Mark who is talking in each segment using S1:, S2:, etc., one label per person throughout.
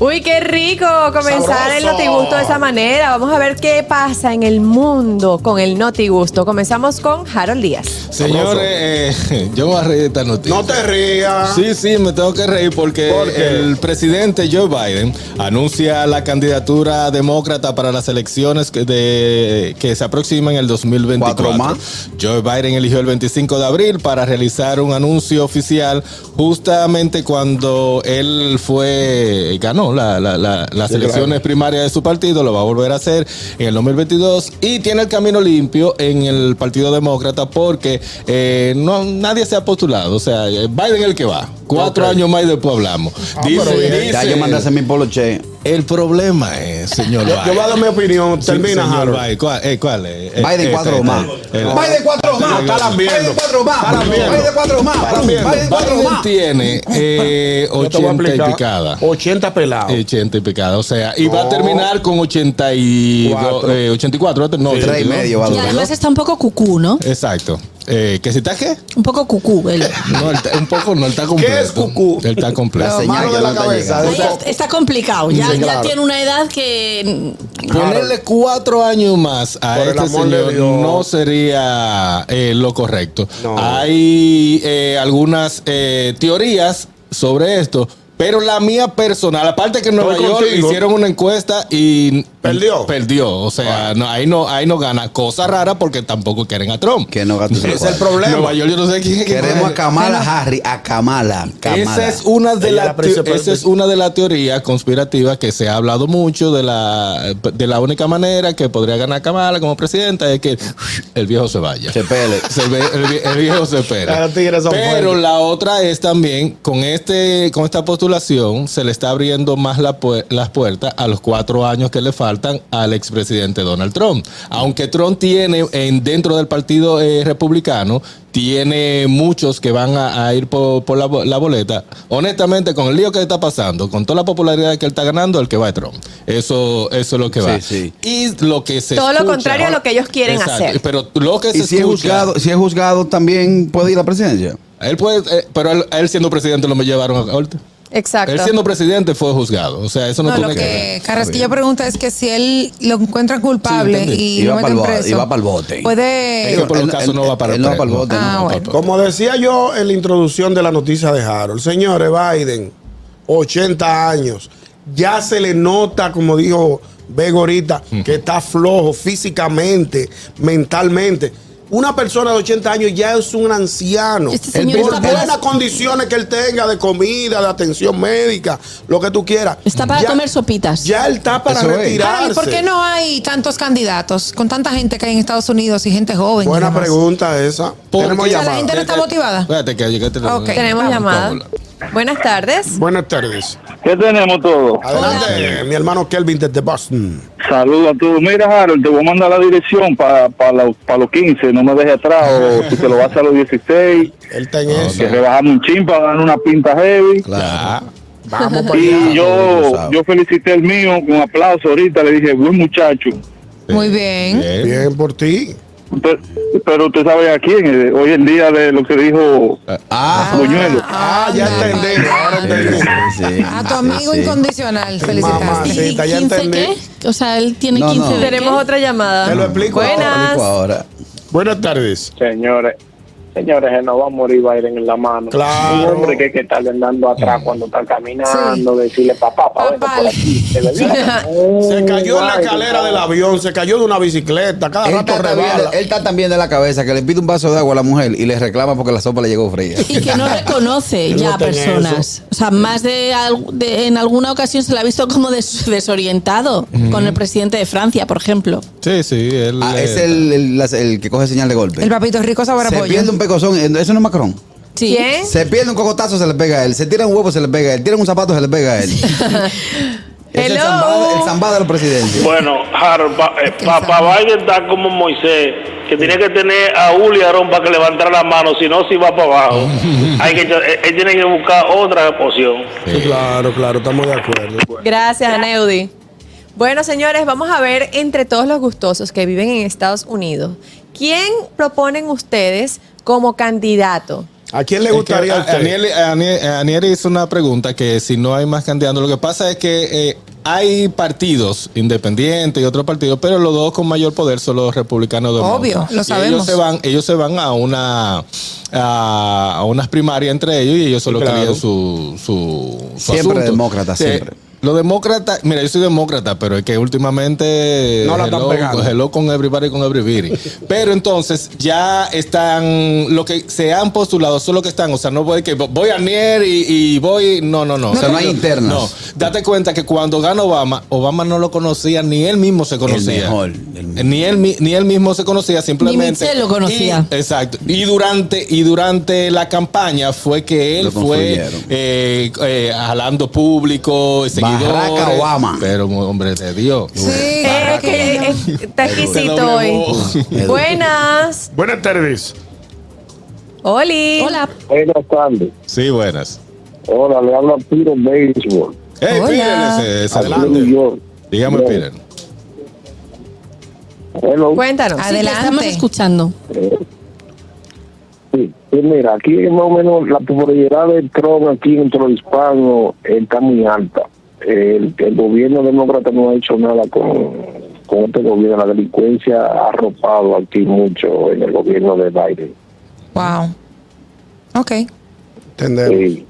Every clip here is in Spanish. S1: Uy, qué rico comenzar el
S2: Sabroso.
S1: Notigusto de esa manera. Vamos a ver qué pasa en el mundo con el Notigusto. Comenzamos con Harold Díaz.
S3: Señores, eh, yo voy a reír de esta noticia.
S2: No te rías.
S3: Sí, sí, me tengo que reír porque
S2: ¿Por qué?
S3: el presidente Joe Biden anuncia la candidatura demócrata para las elecciones que, de- que se aproximan el 2024.
S2: Cuatro más.
S3: Joe Biden eligió el 25 de abril para realizar un anuncio oficial justamente cuando él fue ganó la- la- la- las elecciones primarias de su partido, lo va a volver a hacer en el 2022 y tiene el camino limpio en el Partido Demócrata porque eh, no nadie se ha postulado, o sea, eh, Biden es el que va. Cuatro años más y después hablamos. Dice-
S4: Ya
S3: dice-
S4: yo mandé a hacer mi poloche.
S3: el problema es, señor
S2: Yo, yo voy a dar mi opinión.
S3: Sí,
S2: Termina,
S3: señor
S2: Harold.
S3: Biden. ¿Cuál, eh, cuál es? Eh,
S4: Biden
S3: eh,
S4: cuatro
S3: eh,
S4: más.
S3: eh, eh,
S4: Biden cuatro más.
S2: Está lambiendo.
S4: Biden cuatro más.
S2: Está lambiendo.
S4: Biden cuatro más.
S2: lambiendo.
S4: Biden cuatro
S3: Biden
S4: más.
S3: tiene eh,
S2: Yo te voy a
S3: 80 y
S2: explicar.
S3: picada.
S2: 80 pelados.
S3: 80 y picada, o sea, y va a terminar con 82,
S2: Cuatro.
S3: eh, 84, no,
S2: Sí.
S3: 82.
S4: Tres y medio va a
S5: Y
S4: durar.
S5: además está un poco cucú, ¿no?
S3: Exacto. Eh, ¿Que si está qué?
S5: Un poco cucú.
S2: Eh,
S5: él.
S3: No, él está- un poco no, él está completo.
S2: es cucú?
S3: Él está completo.
S4: La
S2: mano
S4: señal
S2: de
S4: ya
S2: la
S4: no está
S2: cabeza,
S4: llegando.
S2: o sea,
S5: Está- Está complicado. Ya,
S2: Sí,
S5: ya
S2: claro.
S5: tiene una edad que.
S3: Ponerle cuatro años más a
S2: Por el
S3: este
S2: amor de
S3: señor
S2: Dios.
S3: no sería eh, lo correcto.
S2: No.
S3: Hay eh, algunas eh, teorías sobre esto, pero la mía personal, aparte que en Nueva
S2: Estoy
S3: York
S2: contigo.
S3: hicieron una encuesta y
S2: Perdió.
S3: perdió, o sea, no, ahí no, ahí no gana. Cosa rara porque tampoco quieren a Trump.
S4: Que no gaste su
S2: Ese es el
S4: cuarto.
S2: problema.
S3: Nueva York, yo no sé quién es que
S4: Queremos a
S3: coge.
S4: Kamala Harry, a Kamala. Kamala.
S3: Esa es una de
S2: Ella la
S3: las
S2: principal
S3: teo- esa es
S2: de-
S3: una de las teorías conspirativas que se ha hablado mucho de la de la única manera que podría ganar Kamala como presidenta es que el viejo se vaya.
S4: Se pele.
S3: Se ve- el, vie- el viejo se espera.
S2: Los tigres son
S3: Pero
S2: fuertes.
S3: la otra es también con este con esta postulación se le está abriendo más la pue- las puertas a los cuatro años que le faltan al expresidente Donald Trump. Aunque Trump tiene en dentro del partido eh, republicano tiene muchos que van a, a ir por, por la, bo- la boleta. Honestamente, con el lío que está pasando, con toda la popularidad que él está ganando, el que va es Trump. Eso, eso es lo que va.
S4: Sí,
S3: Y lo que se
S1: Todo lo
S3: escucha-
S1: contrario a lo que ellos quieren
S3: Exacto.
S1: hacer.
S3: Pero lo que se
S4: Y si es
S3: escucha-
S4: juzgado, si es juzgado también puede ir a la presidencia.
S3: él puede, eh, pero él, él siendo presidente lo me llevaron a corte.
S1: Exacto.
S3: Él siendo presidente fue juzgado. O sea, eso no,
S6: No, lo
S3: tiene que ver.
S6: que Carrasquillo pregunta es que si él lo encuentran culpable
S3: entendí.
S6: y
S4: Y
S6: lo
S4: va pa'l
S6: meten
S4: bo-
S6: preso,
S4: y va pa'l bote.
S6: puede...
S3: Es que por los
S4: Él-
S3: casos no
S4: él-
S3: va para
S4: él no va
S3: pre-
S4: para el voto,
S6: no. Ah,
S3: va
S6: bueno.
S3: para-
S2: Como decía yo en la introducción de la noticia de Harold, señores, Biden, 80 años, ya se le nota, como dijo Bego ahorita, que está flojo físicamente, mentalmente. Una persona de 80 años ya es un anciano.
S5: Este
S2: Él
S5: señor
S2: por
S5: está
S2: buenas
S5: para-
S2: condiciones que él tenga de comida, de atención médica, lo que tú quieras.
S5: Está para
S2: Ya-
S5: comer sopitas.
S2: Ya él está para
S4: Eso es.
S2: retirarse.
S6: Harold, ¿y ¿Por qué no hay tantos candidatos con tanta gente que hay en Estados Unidos y gente
S1: Pues
S6: joven? y
S2: Buena
S6: demás?
S2: pregunta esa.
S3: Porque-
S2: Tenemos
S6: O sea, la
S2: llamada.
S6: gente no está motivada.
S3: Espérate que llegaste.
S6: Ok.
S1: Tenemos
S6: Vamos,
S1: llamada.
S3: Paula.
S1: Buenas tardes.
S2: Buenas tardes.
S7: ¿Qué tenemos todo?
S2: Adelante, eh, mi hermano Kelvin desde Boston.
S7: Saluda tú. Mira, Harold, te voy a mandar la dirección para los 15. No me dejes atrás. O si te lo vas a los 16,
S2: Él está en eso.
S7: que rebajamos un chin para dar una pinta heavy.
S4: Claro.
S2: Vamos para allá.
S7: Y yo,
S4: Cruzado.
S7: yo felicité el mío con aplauso ahorita. Le dije, buen muchacho.
S6: Muy bien.
S3: Bien.
S2: Bien por ti.
S7: Pero, pero usted sabe a quién. eh, Hoy en día de lo que dijo
S4: Ah,
S7: Buñuelo.
S2: Ah, ya
S6: Anda,
S2: entendí.
S6: papá.
S2: Ahora entendí.
S4: sí, sí,
S6: A tu
S4: sí,
S6: amigo
S4: sí.
S6: incondicional,
S2: Ah, Mamá,
S6: felicitaste.
S2: sí, está, ya entendí.
S5: qué? O sea, él tiene
S4: No, no.
S5: 15 de
S1: Tenemos
S5: qué?
S1: otra llamada.
S2: Te lo explico
S1: Buenas.
S4: Dijo ahora.
S2: Buenas tardes.
S8: Señores, señores, se nos Eh, va a morir Biden en la mano.
S2: Claro.
S8: Un hombre que hay que estarle andando
S7: Mm.
S8: atrás cuando está caminando, decirle papá, papá,
S6: Papá.
S8: vete por aquí, de verdad.
S2: Se cayó en la
S8: Biden,
S2: escalera del avión, se cayó de una bicicleta, cada
S4: Él
S2: rato
S4: está, también,
S2: rebala.
S4: él está también de la cabeza que le pide un vaso de agua a la mujer y le reclama porque la sopa le llegó fría.
S5: Y que no reconoce
S2: Yo
S5: ya
S2: no
S5: a
S2: tenía
S5: personas. O sea, más de, al- de- en alguna ocasión se le ha visto como des- desorientado con el presidente de Francia, por ejemplo.
S3: Sí, sí. Él,
S4: Ah,
S3: eh,
S4: es el, el- las- el que coge señal de golpe.
S6: El papito rico sabor a
S4: se
S6: pollo.
S4: pierde un pecozón, eh, eso no es Macron.
S5: Sí.
S1: ¿Quién?
S4: Se pierde un cocotazo, se le pega a él. Se tira un huevo, se le pega a él. Tira un zapato, se le pega a él. Ese Es el
S1: Hello.
S4: zambada, el zambada de los presidentes.
S9: Bueno, Harold, pa- eh, papá Biden está como Moisés, que tiene que tener a Uli y Aarón para que levantara la mano, si no, si va para abajo. Hay que, echar- él él tiene que buscar otra opción.
S2: Sí, claro, claro, estamos de acuerdo.
S1: Gracias, Aneudi. Bueno, señores, vamos a ver entre todos los gustosos que viven en Estados Unidos, ¿quién proponen ustedes como candidato?
S2: ¿A quién le gustaría a
S3: Es que, a-
S2: usted?
S3: Aniel, Aniel- Aniel hizo una pregunta que si no hay más candidatos, lo que pasa es que eh, hay partidos independientes y otros partidos, pero los dos con mayor poder son los republicanos de
S6: Obvio,
S3: Monta.
S6: lo
S3: Y
S6: sabemos.
S3: Ellos se van, ellos se van a una a, a unas primarias entre ellos y ellos solo
S2: Claro.
S3: querían su, su, su
S4: Siempre
S3: asunto.
S4: demócrata,
S3: Sí,
S4: siempre.
S3: Los demócratas, mira, yo soy demócrata, pero es que últimamente
S2: No la están
S3: hello,
S2: pegando.
S3: hello con everybody con everybody. Pero entonces ya están lo que se han postulado, son lo que están, o sea, no voy que voy a Nier y, y voy, no, no, no.
S4: O sea, no hay internas.
S3: No, date cuenta que cuando gana Obama, Obama no lo conocía ni él mismo se conocía.
S4: mejor, el mejor.
S3: Ni él mi- ni él mismo se conocía, simplemente
S5: Mitchell lo conocía.
S3: Y- exacto. Y durante y durante la campaña fue que él
S4: Lo
S3: fue
S4: construyeron.
S3: eh, eh, jalando público, seguidores.
S4: Barraca Obama.
S3: Pero hombre de Dios.
S6: Sí,
S1: Eh,
S6: claro
S1: es que eh, está exquisito
S3: doble
S1: hoy.
S3: voz.
S1: Buenas.
S2: Buenas tardes.
S1: Oli.
S5: Hola.
S8: Buenas tardes.
S3: Sí, buenas.
S8: Hola, le habla Piro Baseball.
S3: Hey,
S5: Hola.
S3: Peter, ese- ese-
S8: Aquí en New York.
S3: Dígame,
S8: Hello.
S3: Peter.
S8: Hello.
S1: Cuéntanos.
S5: Sí, te
S6: Adelante.
S5: estamos escuchando.
S8: Sí, sí, mira, aquí más o menos la popularidad del Trump aquí entre los hispanos eh, está muy alta. El, el gobierno demócrata no ha hecho nada con, con este gobierno. La delincuencia ha arropado aquí mucho en el gobierno de Biden.
S6: Wow. Ok.
S2: Entendemos.
S8: Sí.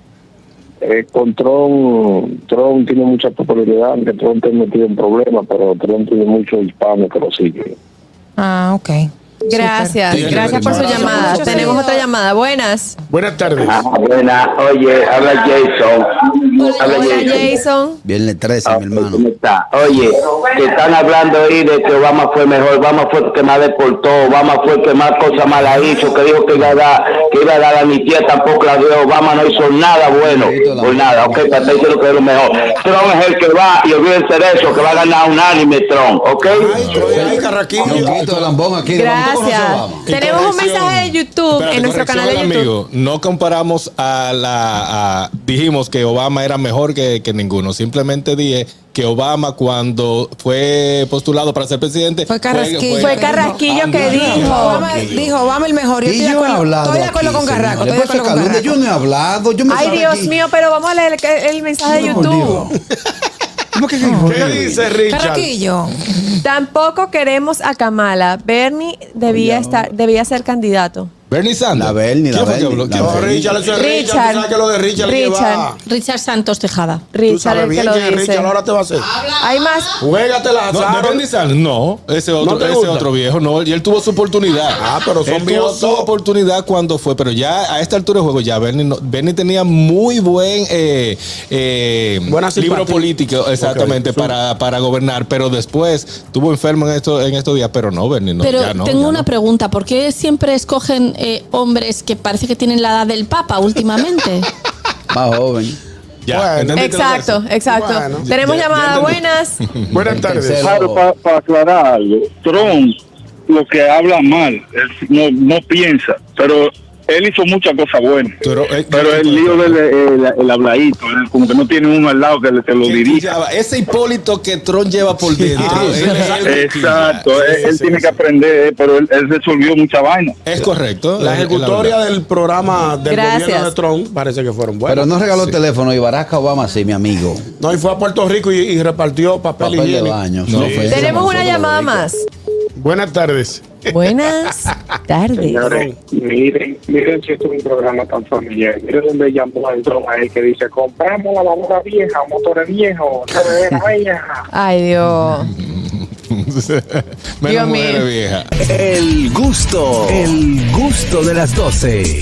S8: Eh, con Trump, Trump tiene mucha popularidad, aunque Trump está metido en problemas, pero Trump tiene muchos hispanos que lo siguen.
S6: Ah, ok.
S1: Gracias.
S3: Sí,
S1: gracias por su
S3: gracias.
S1: llamada.
S6: Muchos
S1: Tenemos
S6: saludos.
S1: otra llamada. Buenas.
S2: Buenas tardes.
S8: Ah, buena, oye, habla Jason.
S1: Hola, Jason.
S4: Viernes 13, mi hermano.
S8: ¿Cómo está? Oye, que están hablando ahí de que Obama fue mejor, Obama fue el que más deportó, Obama fue el que más cosas malas hizo, que dijo que iba a dar, que iba a dar la amnistía, tampoco la dio, Obama no hizo nada bueno, por nada, ok, para estar diciendo que es lo mejor. Trump es el que va, y olvídense de eso, que va a ganar unánime Trump, ok.
S2: Ay, Troy, ay, Carraquillo.
S4: Un poquito de lambón aquí. vamos, ¿tú conoces a
S1: Gracias.
S4: Obama?
S3: Y
S1: Tenemos un
S3: corrección.
S1: mensaje de YouTube
S3: Espérate,
S1: en nuestro canal
S3: corrección
S1: de
S3: al
S1: YouTube.
S3: amigo. No comparamos a la. a- dijimos que Obama era mejor que, que ninguno. Simplemente dije que Obama, cuando fue postulado para ser presidente,
S6: Fue Carrasquillo.
S1: Fue Carrasquillo que
S4: Anda.
S1: dijo.
S6: Obama, dijo Obama el mejor. Yo
S4: Y
S6: estoy de
S4: yo he
S6: acuerdo,
S4: hablado.
S6: estoy de acuerdo
S4: aquí,
S6: con Carraco. Estoy
S4: señores.
S6: de
S4: Por eso,
S6: acuerdo con
S4: Calunde,
S6: Carraco.
S4: yo no he hablado. Yo me
S1: Ay,
S4: salgo
S1: Dios
S4: aquí.
S1: mío, pero vamos a leer el, el mensaje de
S4: No,
S1: YouTube.
S4: Dios. ¿Cómo que dijo?
S2: ¿Qué dice Richard?
S6: Carraquillo.
S1: Tampoco queremos a Kamala. Bernie debía estar, debía ser candidato.
S3: Bernie Sanders.
S4: La Bernie, la
S3: ¿Quién fue que
S4: Bernie,
S3: habló?
S4: la
S3: ¿Quién
S2: No,
S3: fue?
S2: Oh,
S4: Bernie.
S2: Richard, eso es Richard.
S1: Richard.
S2: Tú sabes que lo de Richard,
S1: Richard.
S2: lleva.
S5: Richard Santos Tejada.
S2: Tú
S1: Richard
S2: sabes
S1: el que
S2: bien
S1: lo
S2: que
S1: dice.
S2: Richard ahora te va a hacer.
S1: Hay más.
S2: Juégatela,
S3: No,
S2: Saro.
S3: no, Bernie Sanders, no, ese otro,
S2: Ah, ¿No te
S3: ese
S2: gusta?
S3: otro viejo, no, y él tuvo su oportunidad.
S2: Ah, pero son
S3: Él tuvo
S2: viejos
S3: su
S2: todos.
S3: oportunidad cuando fue, pero ya a esta altura de juego, ya Bernie, no- Bernie tenía muy buen eh, eh,
S2: Buena simpatía.
S3: libro político, exactamente,
S2: Ok, sí.
S3: para, para gobernar, pero después estuvo enfermo en, esto, en estos días, pero no, Bernie, no,
S5: Pero
S3: ya no,
S5: tengo
S3: ya
S5: una
S3: no.
S5: pregunta. ¿Por qué siempre escogen eh, hombres que parece que tienen la edad del Papa últimamente?
S4: Más joven.
S3: Ya,
S2: Bueno.
S3: ¿entendiste lo que
S1: Exacto,
S3: es?
S1: exacto.
S2: Bueno.
S1: Tenemos
S3: Ya- ya
S1: llamada.
S3: entendí.
S1: Buenas.
S2: Buenas tardes.
S4: tercero.
S9: Claro, para aclarar algo, Trump lo que habla mal, él no, no piensa, pero él hizo muchas cosas buenas.
S3: Pero, eh,
S9: Pero el lío del el, el habladito, él como que no tiene uno al lado que le- te lo
S3: ¿Quién
S9: dirija.
S3: quillaba? Ese Hipólito que Tron lleva por dentro.
S2: Ah,
S3: él es el que
S9: Exacto,
S3: quilla.
S9: él,
S3: Sí,
S9: él
S3: sí,
S9: tiene
S3: sí.
S9: que aprender, eh, pero él, él resolvió mucha vaina.
S3: Es correcto.
S2: La
S3: es- es
S2: ejecutoria
S3: verdad.
S2: del programa del
S1: Gracias.
S2: gobierno de Trump parece que fueron buenas.
S4: Pero no regaló el teléfono y Barack Obama sí, mi amigo.
S2: No, y fue a Puerto Rico y, y repartió papel,
S4: Papel de
S2: higiénico.
S4: baño.
S3: No,
S4: Sí.
S3: fue-
S1: Tenemos una
S4: Nosotros
S1: llamada
S4: lo
S1: más.
S2: Buenas tardes.
S1: Buenas tardes.
S8: Señores, miren, miren si esto es un programa tan familiar. Miren donde llamó al Trump ahí que dice, compramos la lavadora vieja, motores viejos, nevera vieja.
S1: Ay, Dios.
S3: Menos
S1: Dios mío.
S3: mujeres viejas.
S10: El gusto, el gusto de las 12.